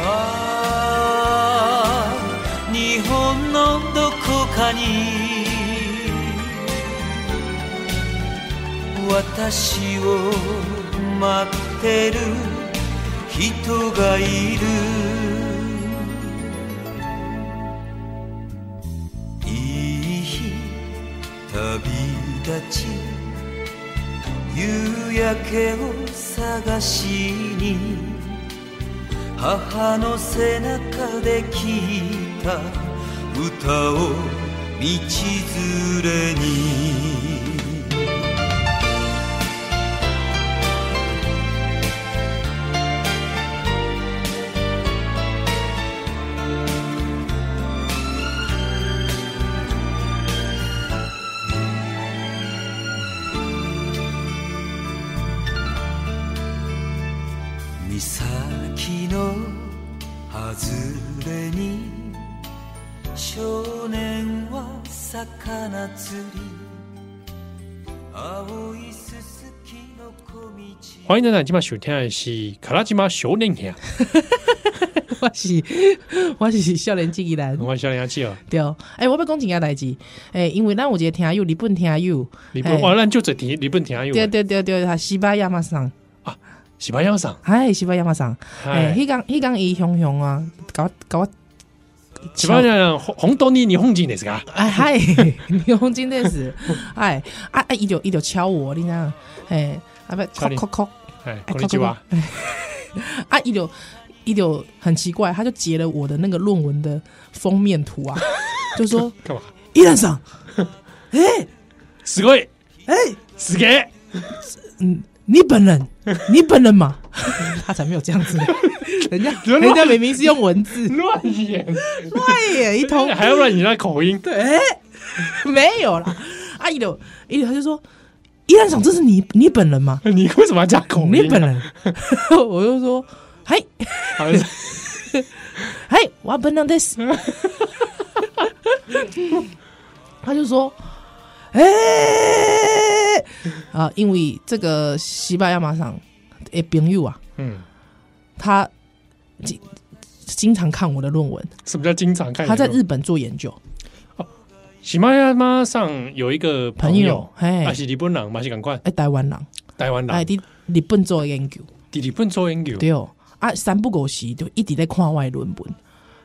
D: ああ日本のどこかに私を待ってる人がいるいい日旅立ち夕焼けを探しに母の背中で聞いた歌を道連れに岬の外れに少年は魚釣り青いすすきの小道
B: 欢迎奶奶今晚收听的是卡拉吉玛小年呀，
C: 我是我是少年纪依然
B: 我是小年气哦。
C: 对，哎、我要讲一件代志，哎、因为咱有一个听友，日本听友，
B: 你不
C: 哎
B: 哇，那就只听你不听有
C: 对对对对，他西班牙马上，
B: 西班牙上，
C: 哎，西班牙马上，哎、
B: 哎，
C: 迄天迄天伊雄雄啊，搞我搞我，
B: 西班牙人红红豆泥你红进的是噶？
C: 哎嗨， 你讲真的是，哎啊啊，伊就伊就敲我，你知道，哎，啊不，
B: 敲
C: 敲
B: 你
C: 敲敲。
B: 哎，
C: 哎
B: こんにちは。
C: 啊，一流一流很奇怪，他就截了我的那个论文的封面图 啊，就说
B: 干嘛？
C: 伊兰桑， 哎、
B: すごい，
C: 哎、
B: すげえ。
C: 嗯，你本 人，你本人嘛， 他才没有这样子呢，人家
B: 人
C: 人家明明是用文 字，
B: 乱演，
C: 对耶，一头
B: 还 要乱演那口音，
C: 对，哎、没有啦，啊，一流一流他就说伊兰桑，这是你你本人吗？
B: 你为什么要加口音啊？
C: 你本人， 我就说，嘿，
B: 好像是
C: 嘿，我本 人です。他就说，哎、啊，因为这个西班牙马上诶朋友啊，
B: 嗯，
C: 他经经常看我的论文，
B: 什么叫经常看？
C: 他在日本做研究，
B: 喜马拉雅上有一个
C: 朋
B: 朋友
C: 友，，嘿，
B: 啊
C: 哎、
B: 是日本人，嘛是赶快
C: 台湾人，
B: 台湾
C: 哎，
B: 人，
C: 伫日本做研究，
B: 伫日本做研究。
C: 对哦，啊，三不五时就一直在看我的论文，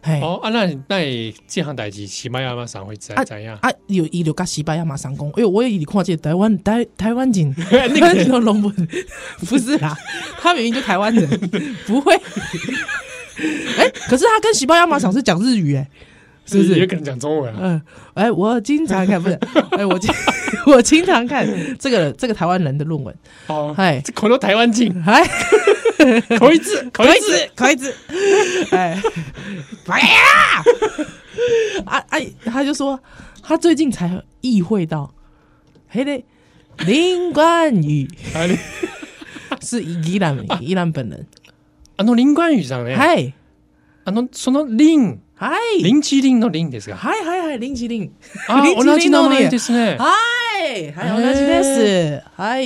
C: 嘿。
B: 哦啊，那那这项代志喜马拉雅上会怎
C: 啊
B: 怎样？
C: 啊，有伊就甲西班牙马上讲，哎呦，我也一直看见台湾台台湾人，
B: 那
C: 那个龙门不 是 啦，他明明就台湾 人，不会。哎、可是他跟西班牙马场是讲日语哎、是不是
B: 也可能讲中文啊？
C: 嗯，哎，我经常看，不是，哎，我经我经常看这个这个台湾人的论文，
B: 哦，
C: 嗨
B: 这口都台湾进，
C: 哎，
B: 口一字，口一字，
C: 可以吃，哎，哎呀，啊哎，他就说他最近才意会到，嘿嘞，林冠宇
B: 啊，你
C: 是宜兰宜兰本人，
B: あの林冠宇さんね。
C: 嗨
B: あのその林
C: 嗨
B: 林麒麟の林ですが。
C: 嗨嗨嗨，林麒麟，
B: あ、
C: 林
B: 同じ
C: 麒
B: 名
C: 麟の
B: 前
C: 林
B: ですね。
C: 嗨，还有那吉贝
B: 哎
C: 斯，嗨，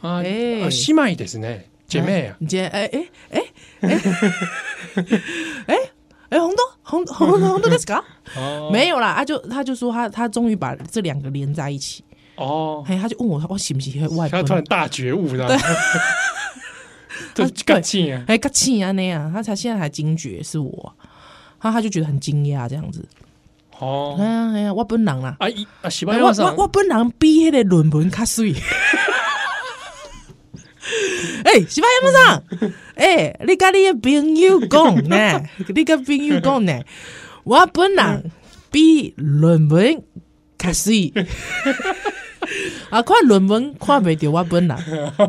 B: あ、あ姉
C: ええ
B: 妹ですね。姐妹や。
C: 姐，哎哎哎哎 哎哎，红豆红红红豆ですか？
B: あ
C: 没有啦，他就他就说他他终于把这两个连在一起，
B: 哦，
C: 嘿，他就问我我喜不喜欢外
B: 他突然
C: 喷？
B: 大觉悟， 知道吗？就干劲啊！
C: 哎，嘎气啊那样，他才现在才惊觉是我，他他就觉得很惊讶这样子。哎
B: 哦，
C: 呀哎呀，我本人啦，
B: 啊一啊，西
C: 哎
B: 班
C: 我
B: 牙
C: 我
B: 上
C: 我本人比那个论文较水。 哎，西班牙
B: 嗯
C: 先生，哎，你跟你的朋友讲 呢，你跟朋友讲呢，我本人比论文 较水。啊，看论文看袂到我 本人，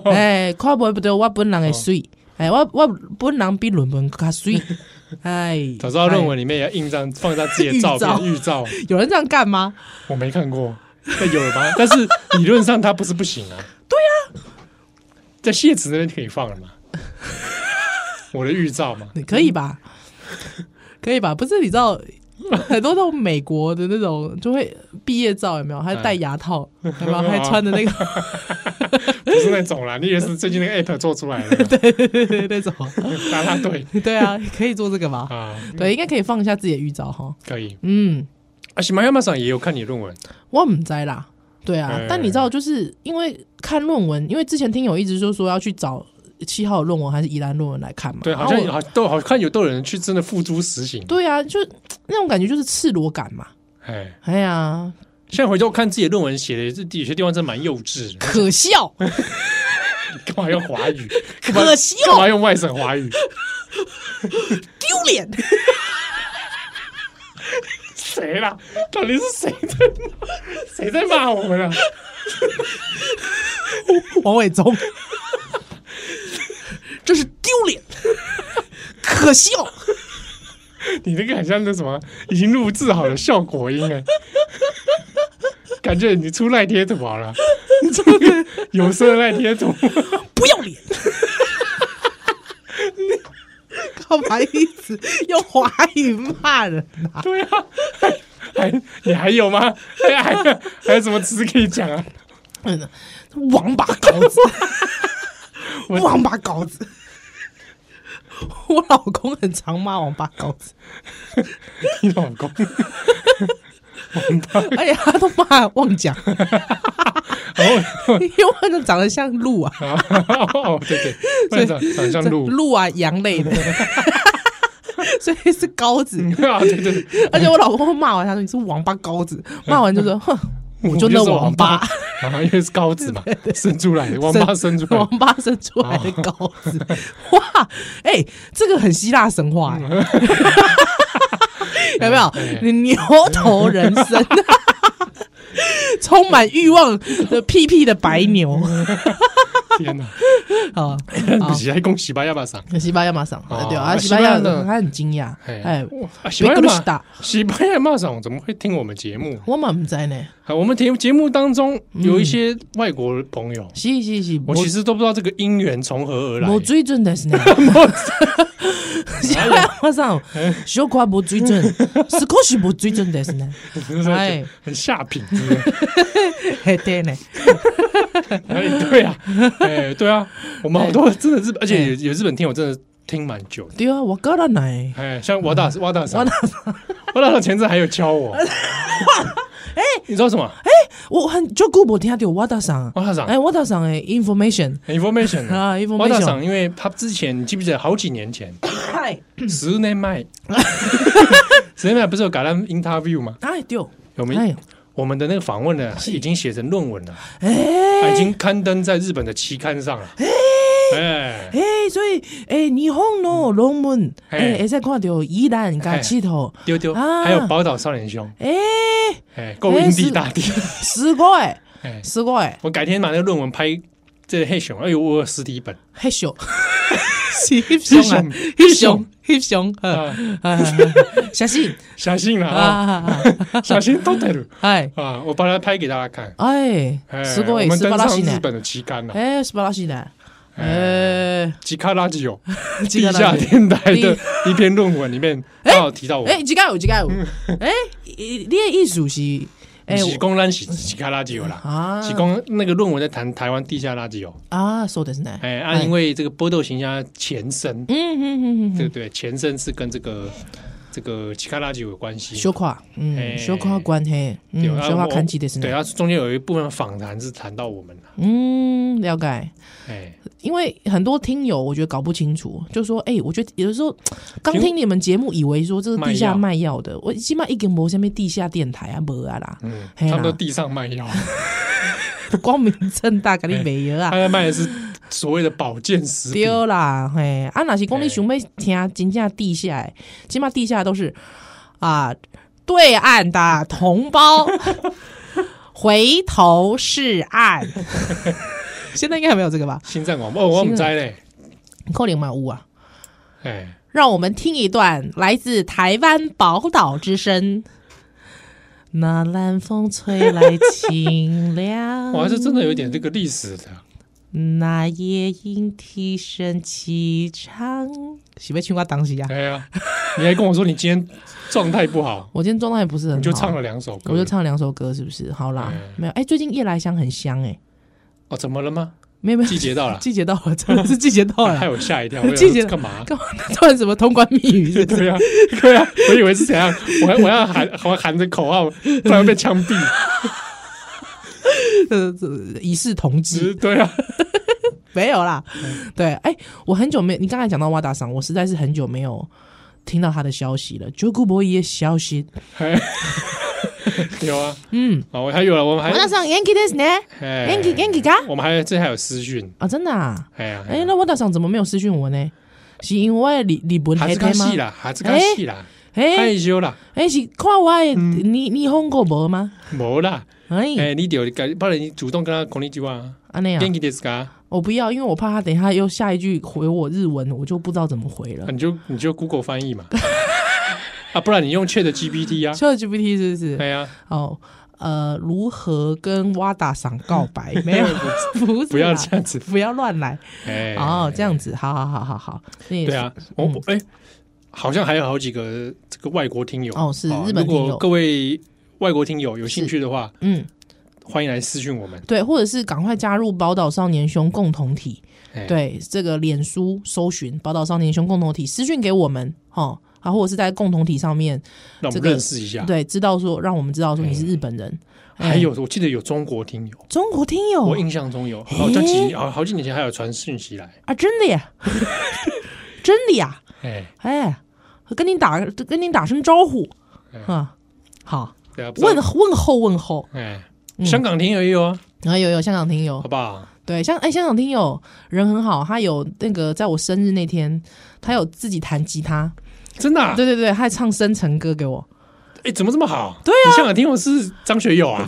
C: 哎，看袂到我本人的水，
B: 哦
C: 哎，我我本人比论文 较水，哎，
B: 早知道论文里面也要印张放一张自己的照片预
C: 预
B: 照，
C: 哎有人这样干吗？
B: 我没看过，那有了 吧？但是理论上它不是不行啊。对呀，在谢子那边可以放了嘛？我的预照嘛，
C: 你可以吧？可
B: 嗯
C: 以吧？不是，你知道很多那种美国的那种就会毕业照有
B: 嗯
C: 没有？还戴牙套，有没 有？还穿的那个
B: 不是那种啦，你也是最近那个 app 做出来的
C: 对对对对那种，
B: 啦啦队
C: 对啊，可以做这个吧？
B: 啊，
C: 对，应该可以放一下自己的预兆哈。
B: 可以。
C: 嗯，
B: 啊，西班牙上也有看你论文，
C: 我唔知啦。对啊
B: 哎，
C: 但你知道，就是因为看论文，因为之前听友一直就说要去找七号的论文还是宜兰论文来看嘛。
B: 对，
C: 然
B: 好
C: 后
B: 像
C: 啊我
B: 好都好看有都有人去真的付诸实行。
C: 对啊，就那种感觉就是赤裸感嘛。
B: 哎，
C: 哎呀，
B: 现在回头看自己的论文写的，这有些地方真蛮幼稚的，
C: 可笑，
B: 干嘛用华语？干嘛
C: 可惜
B: 干嘛用外省华语？
C: 丢脸。
B: 谁啦？到底是谁在骂谁在骂我们啊？
C: 王伟忠，真是丢脸，可笑。
B: 你那个很像那什么已经录制好的效果音哎、感觉你出赖贴图好了，你这个有色赖贴图，
C: 不要 脸！干嘛一直用华语骂人啊？
B: 对啊，还还你还有吗？还还还有什么词可以讲啊？
C: 嗯王八羔子，
B: 我
C: 王八羔子。我老公很常骂王八羔子，
B: 你老公
C: 而且哎他都骂忘讲，
B: 哦
C: 因为他长得像鹿啊，
B: 啊哦对对，不然长长像鹿
C: 鹿啊羊类的， 所以是羔子。
B: 啊，对对，对
C: 而且我老公会骂完，他说你是王八羔子，骂完就 说哼，我就那
B: 是
C: 王八，
B: 啊，因为是高子嘛，生出来的王八生出来
C: 王，八生出来的羔子， 哇，哎、这个很希腊神话、哎 有没有
B: 哎？
C: 你牛头人身。 充满欲望的屁屁的白牛
B: 天哪！
C: 啊！
B: 不是，还恭喜吧，亚巴桑。
C: 西班牙马上
B: 哦
C: 对啊，西
B: 西
C: 班
B: 班
C: 牙
B: 牙
C: 人
B: 的
C: 他很惊讶，哎
B: 哎，，啊西班牙
C: 被勾搭
B: 马，西班牙马上怎么会听我们节目？
C: 我嘛不知道呢，
B: 啊，我们节节目当中有一些外国朋友，
C: 是是是，
B: 我
C: 没
B: 其实都不知道这个因缘从何而来。
C: 无水准ですね。西班 牙さん、小可无水準少し無水準ですね。哎
B: 哎，很下品 是不是，
C: 嘿对呢，
B: 哎，对啊，哎，对啊，我们好多真的日本，而且有有日本听友真的听蛮久的。
C: 对啊，わからない。
B: 哎，像瓦大瓦大
C: 我
B: 桑， 瓦大桑前阵还有敲 我，哎，你知道什么
C: 我很就久无听到我大さん。
B: 我大さん
C: 哎，我大さん的 information。
B: 哎？information
C: 啊，information
B: 瓦大桑，因为他之前你记不记得好几年前，
C: 嗨，
B: 十年 前，十年前不是有搞他们 interview 吗？
C: 哎对，
B: 我
C: 哎
B: 们我们的那个访问呢，已经写成论文了，
C: 哎
B: 已经刊登在日本的期刊上了。
C: 哎，
B: 哎，
C: 诶、所以诶、日本の論文
B: 嘿
C: 诶，会使看到宜蘭甲石頭，
B: 丢丢，
C: 啊
B: 还有宝岛少年兄，
C: 诶、
B: 哎，够英地大地，
C: すごい
B: 哎，
C: すごい
B: 我改天把那个论文拍这黑熊，哎呦，我有实体本，
C: 翕 相，是翕相啊，翕相翕相，呵
B: 啊，
C: 啊写信
B: 小心了啊，
C: 啊，
B: 小心都得了
C: はい。
B: 啊，我把它拍给大家看，
C: 哎
B: 哎，，
C: す
B: 我
C: ごい
B: 们
C: 素晴
B: 登
C: ら
B: 上
C: しい
B: 日
C: ね。
B: 本的期刊了，
C: 哎，素晴らしいね。哎，
B: 吉卡拉吉有
C: 吉
B: 地
C: 卡
B: 下
C: 拉吉
B: 电台的一篇论文里面，刚好提到我，
C: 哎，違う違う。哎，你的意思是哎
B: 喜公然喜吉卡拉吉有啦。
C: 啊
B: 喜公那个论文在谈台湾地下垃圾哦，
C: 啊，そうですね。
B: 哎啊，因为这个波豆形象前身，
C: 嗯嗯嗯
B: 对
C: 嗯
B: 不对？前身是跟这个这个奇卡拉吉有关系
C: 嗯，，小可
B: 哎
C: 嗯，小可关系，嗯
B: 对，啊，
C: 小可
B: 我
C: 関係です
B: 对，
C: ね。
B: 它中间有一部分访谈是谈到我们了，
C: 嗯，了解。
B: 哎，
C: 因为很多听友我觉得搞不清楚，就说哎、我觉得有的时候刚听你们节目，以为说这是地
B: 卖药
C: 下卖药的，我起码一根没下面地下电台啊，没啊啦，
B: 嗯，
C: 嘿
B: 他们都
C: 啦，
B: 地上卖 药，
C: 光明正大给你没 啊
B: 他。在卖的是所谓的保健食品，
C: 对啦，嘿，啊，若是讲你想要听真正地下的，起码地下的都是啊，对岸的同胞， 回头是岸。现在应该还没有这个吧？
B: 心脏广播，哦我们在嘞，
C: 扣零嘛五啊，
B: 哎，
C: 让我们听一段来自台湾宝岛之声。那南风吹来清凉，
B: 我还是真的有点这个历史的，
C: 那夜莺啼声齐唱。喜被青蛙当西啊！
B: 哎呀，你还跟我说你今天状态不好，
C: 我今天状态不是很好，
B: 你就唱了两首歌，
C: 我就唱两首歌，是不是？好啦，
B: 嗯
C: 没有，哎、最近夜来香很香、哎，
B: 哦，怎么了吗？
C: 没有没有，。
B: 季节到了
C: 季节到了，真的是季节到
B: 害
C: 了。
B: 我吓一 跳！我想说
C: 季节
B: 干嘛？
C: 干嘛？突然什么通关密语是不是？
B: 对呀、对呀、我以为是怎样，我还我要喊，我要喊着口号，不然被枪毙。
C: 呃一视同
B: 只
C: 志
B: 对啊，
C: 没有啦。
B: 嗯
C: 对，哎、我很久没，你刚才讲到哇达桑，我实在是很久没有听到他的消息了。九姑博也消息，
B: 哎有啊，
C: 嗯，
B: 啊，我还有了，我们还
C: 哇达桑 Yankee ですね
B: 哎
C: ，Yankee Yankee 嘎
B: 我们还这还有私讯，
C: 啊，真的啊，
B: 哎呀，
C: 哎、那哇达桑怎么没有私讯我呢？是因为李李文
B: 还
C: 黑
B: 是看
C: 黑吗
B: 戏？啦，还是看戏啦，
C: 哎、
B: 害羞啦，
C: 哎、是看我的你你红过无吗？
B: 没啦，
C: 哎、
B: 嗯哎，你得改，不然你主动跟他讲一句话，啊
C: 安那样
B: 元，気ですか？
C: 我不要，因为我怕他等一下又下一句回我日文，我就不知道怎么回了
B: 啊。你就你就 Google 翻 译嘛，啊，不然你用 Chat GPT 啊，
C: ChatGPT 是不
B: 哎
C: 是？
B: 呀，
C: 哦，呃，如何跟哇达桑告 白？没有，不是啦，
B: 不要这样子，
C: 不要乱来
B: 哎，
C: 哦，嗯这样子，好好好好好，对
B: 对，啊，我我哎、好像还有好几个这个外国听友啊
C: 哦是日本听友
B: 如果各位外国听友有兴趣的话，
C: 嗯，
B: 欢迎来私讯我们。
C: 对，或者是赶快加入宝岛少年兄共同体，
B: 哎，
C: 对，这个脸书搜寻宝岛少年兄共同体，私讯给我们，哦，啊，或者是在共同体上面，
B: 让我
C: 这
B: 们
C: 个
B: 认识一下。
C: 对，哎知道说，让我们知道说你是日本人，
B: 啊哎还有我记得有中国听友，
C: 中国听友
B: 我印象中有好像几好好几年前还有传讯息来，
C: 啊，真的 耶，真的呀，
B: 哎，
C: 哎，跟你打跟你打声招呼
B: 嗯
C: 啊，好，
B: 对啊，不知道
C: 问问候问候。
B: 哎，
C: 嗯
B: 香港听友也有啊，
C: 啊，有有香港听友
B: 好，不好？
C: 对，香哎香港听友人很好，他有那个在我生日那天，他有自己弹吉他，
B: 真的啊，
C: 对对对，他还唱生辰歌给我，
B: 哎，怎么这么好？对啊，香港听友是张学友啊，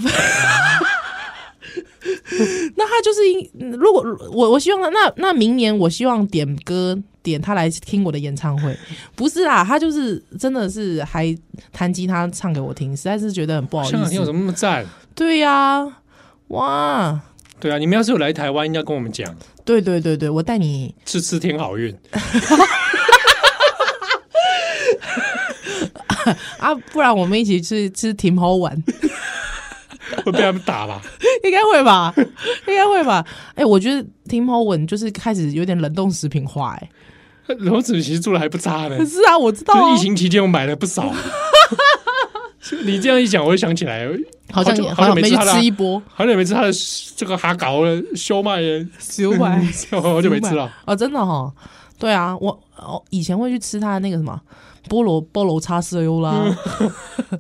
C: 那他就是因嗯如果我我希望他那那明年我希望点歌点他来听我的演唱会，不是啦，他就是真的是还弹吉他唱给我听，实在是觉得很不哦好意思。
B: 香港听友怎么那么赞？
C: 对呀、哇，
B: 对啊，你们要是有来台湾，要跟我们讲，
C: 对对对对，我带你，
B: 吃吃天好运。
C: 啊，不然我们一起去吃挺好玩，
B: 会被他们打吧？
C: 应该会吧？应该会吧？哎、我觉得挺好玩就是开始有点冷冻食品化、哎，
B: 罗子其实做的还不差呢，
C: 可
B: 就是
C: 啊，我知道、啊，
B: 疫情期间我买了不少。 你这样一讲，我就想起来，
C: 好像
B: 好久
C: 也好像
B: 好久没
C: 没
B: 吃
C: 去
B: 它了啊
C: 吃 一波，
B: 好久没吃他的这个哈搞了修麦耶，
C: 九百
B: 好久没吃了。
C: 哦，真的哈、对啊，我哦以前会去吃他的那个什么菠萝菠萝叉烧 油啦，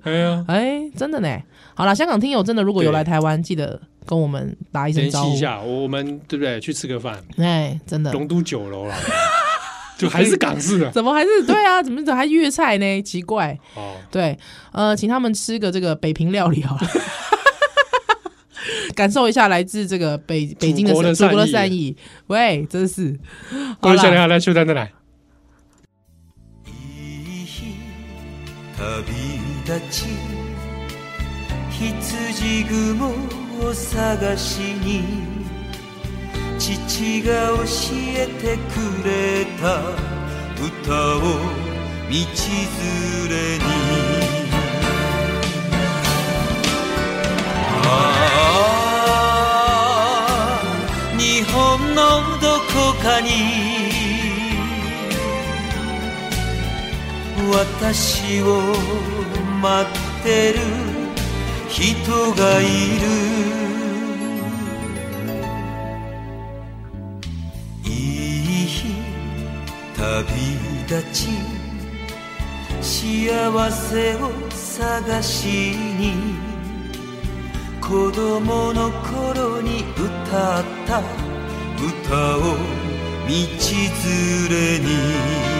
B: 哎呀，
C: 哎、真的呢。好啦，香港听友真的如果有
B: 对
C: 来台湾，记得跟我们打一声
B: 联
C: 招
B: 系
C: 呼
B: 一。下，我我们对不对？去吃个饭，
C: 哎，真的，
B: 龙都酒楼了，就还是港式 的
C: 怎么还是对啊？怎么怎么还粤菜呢？奇怪。
B: 哦。
C: 对，呃，请他们吃个这个北平料理好了， 感受一下来自这个北北京的
B: 祖国的
C: 祖国的
B: 善
C: 善
B: 意
C: 意。喂，真是，
B: 各位
C: 好啦
B: 下来，来，秀丹再来，
D: いい日旅立ち羊雲を探しに父が教えてくれた歌を道連れにああ日本のどこかに私を待ってる人がいるいい日旅立ち幸せを探しに子供の頃に歌った歌を道連れに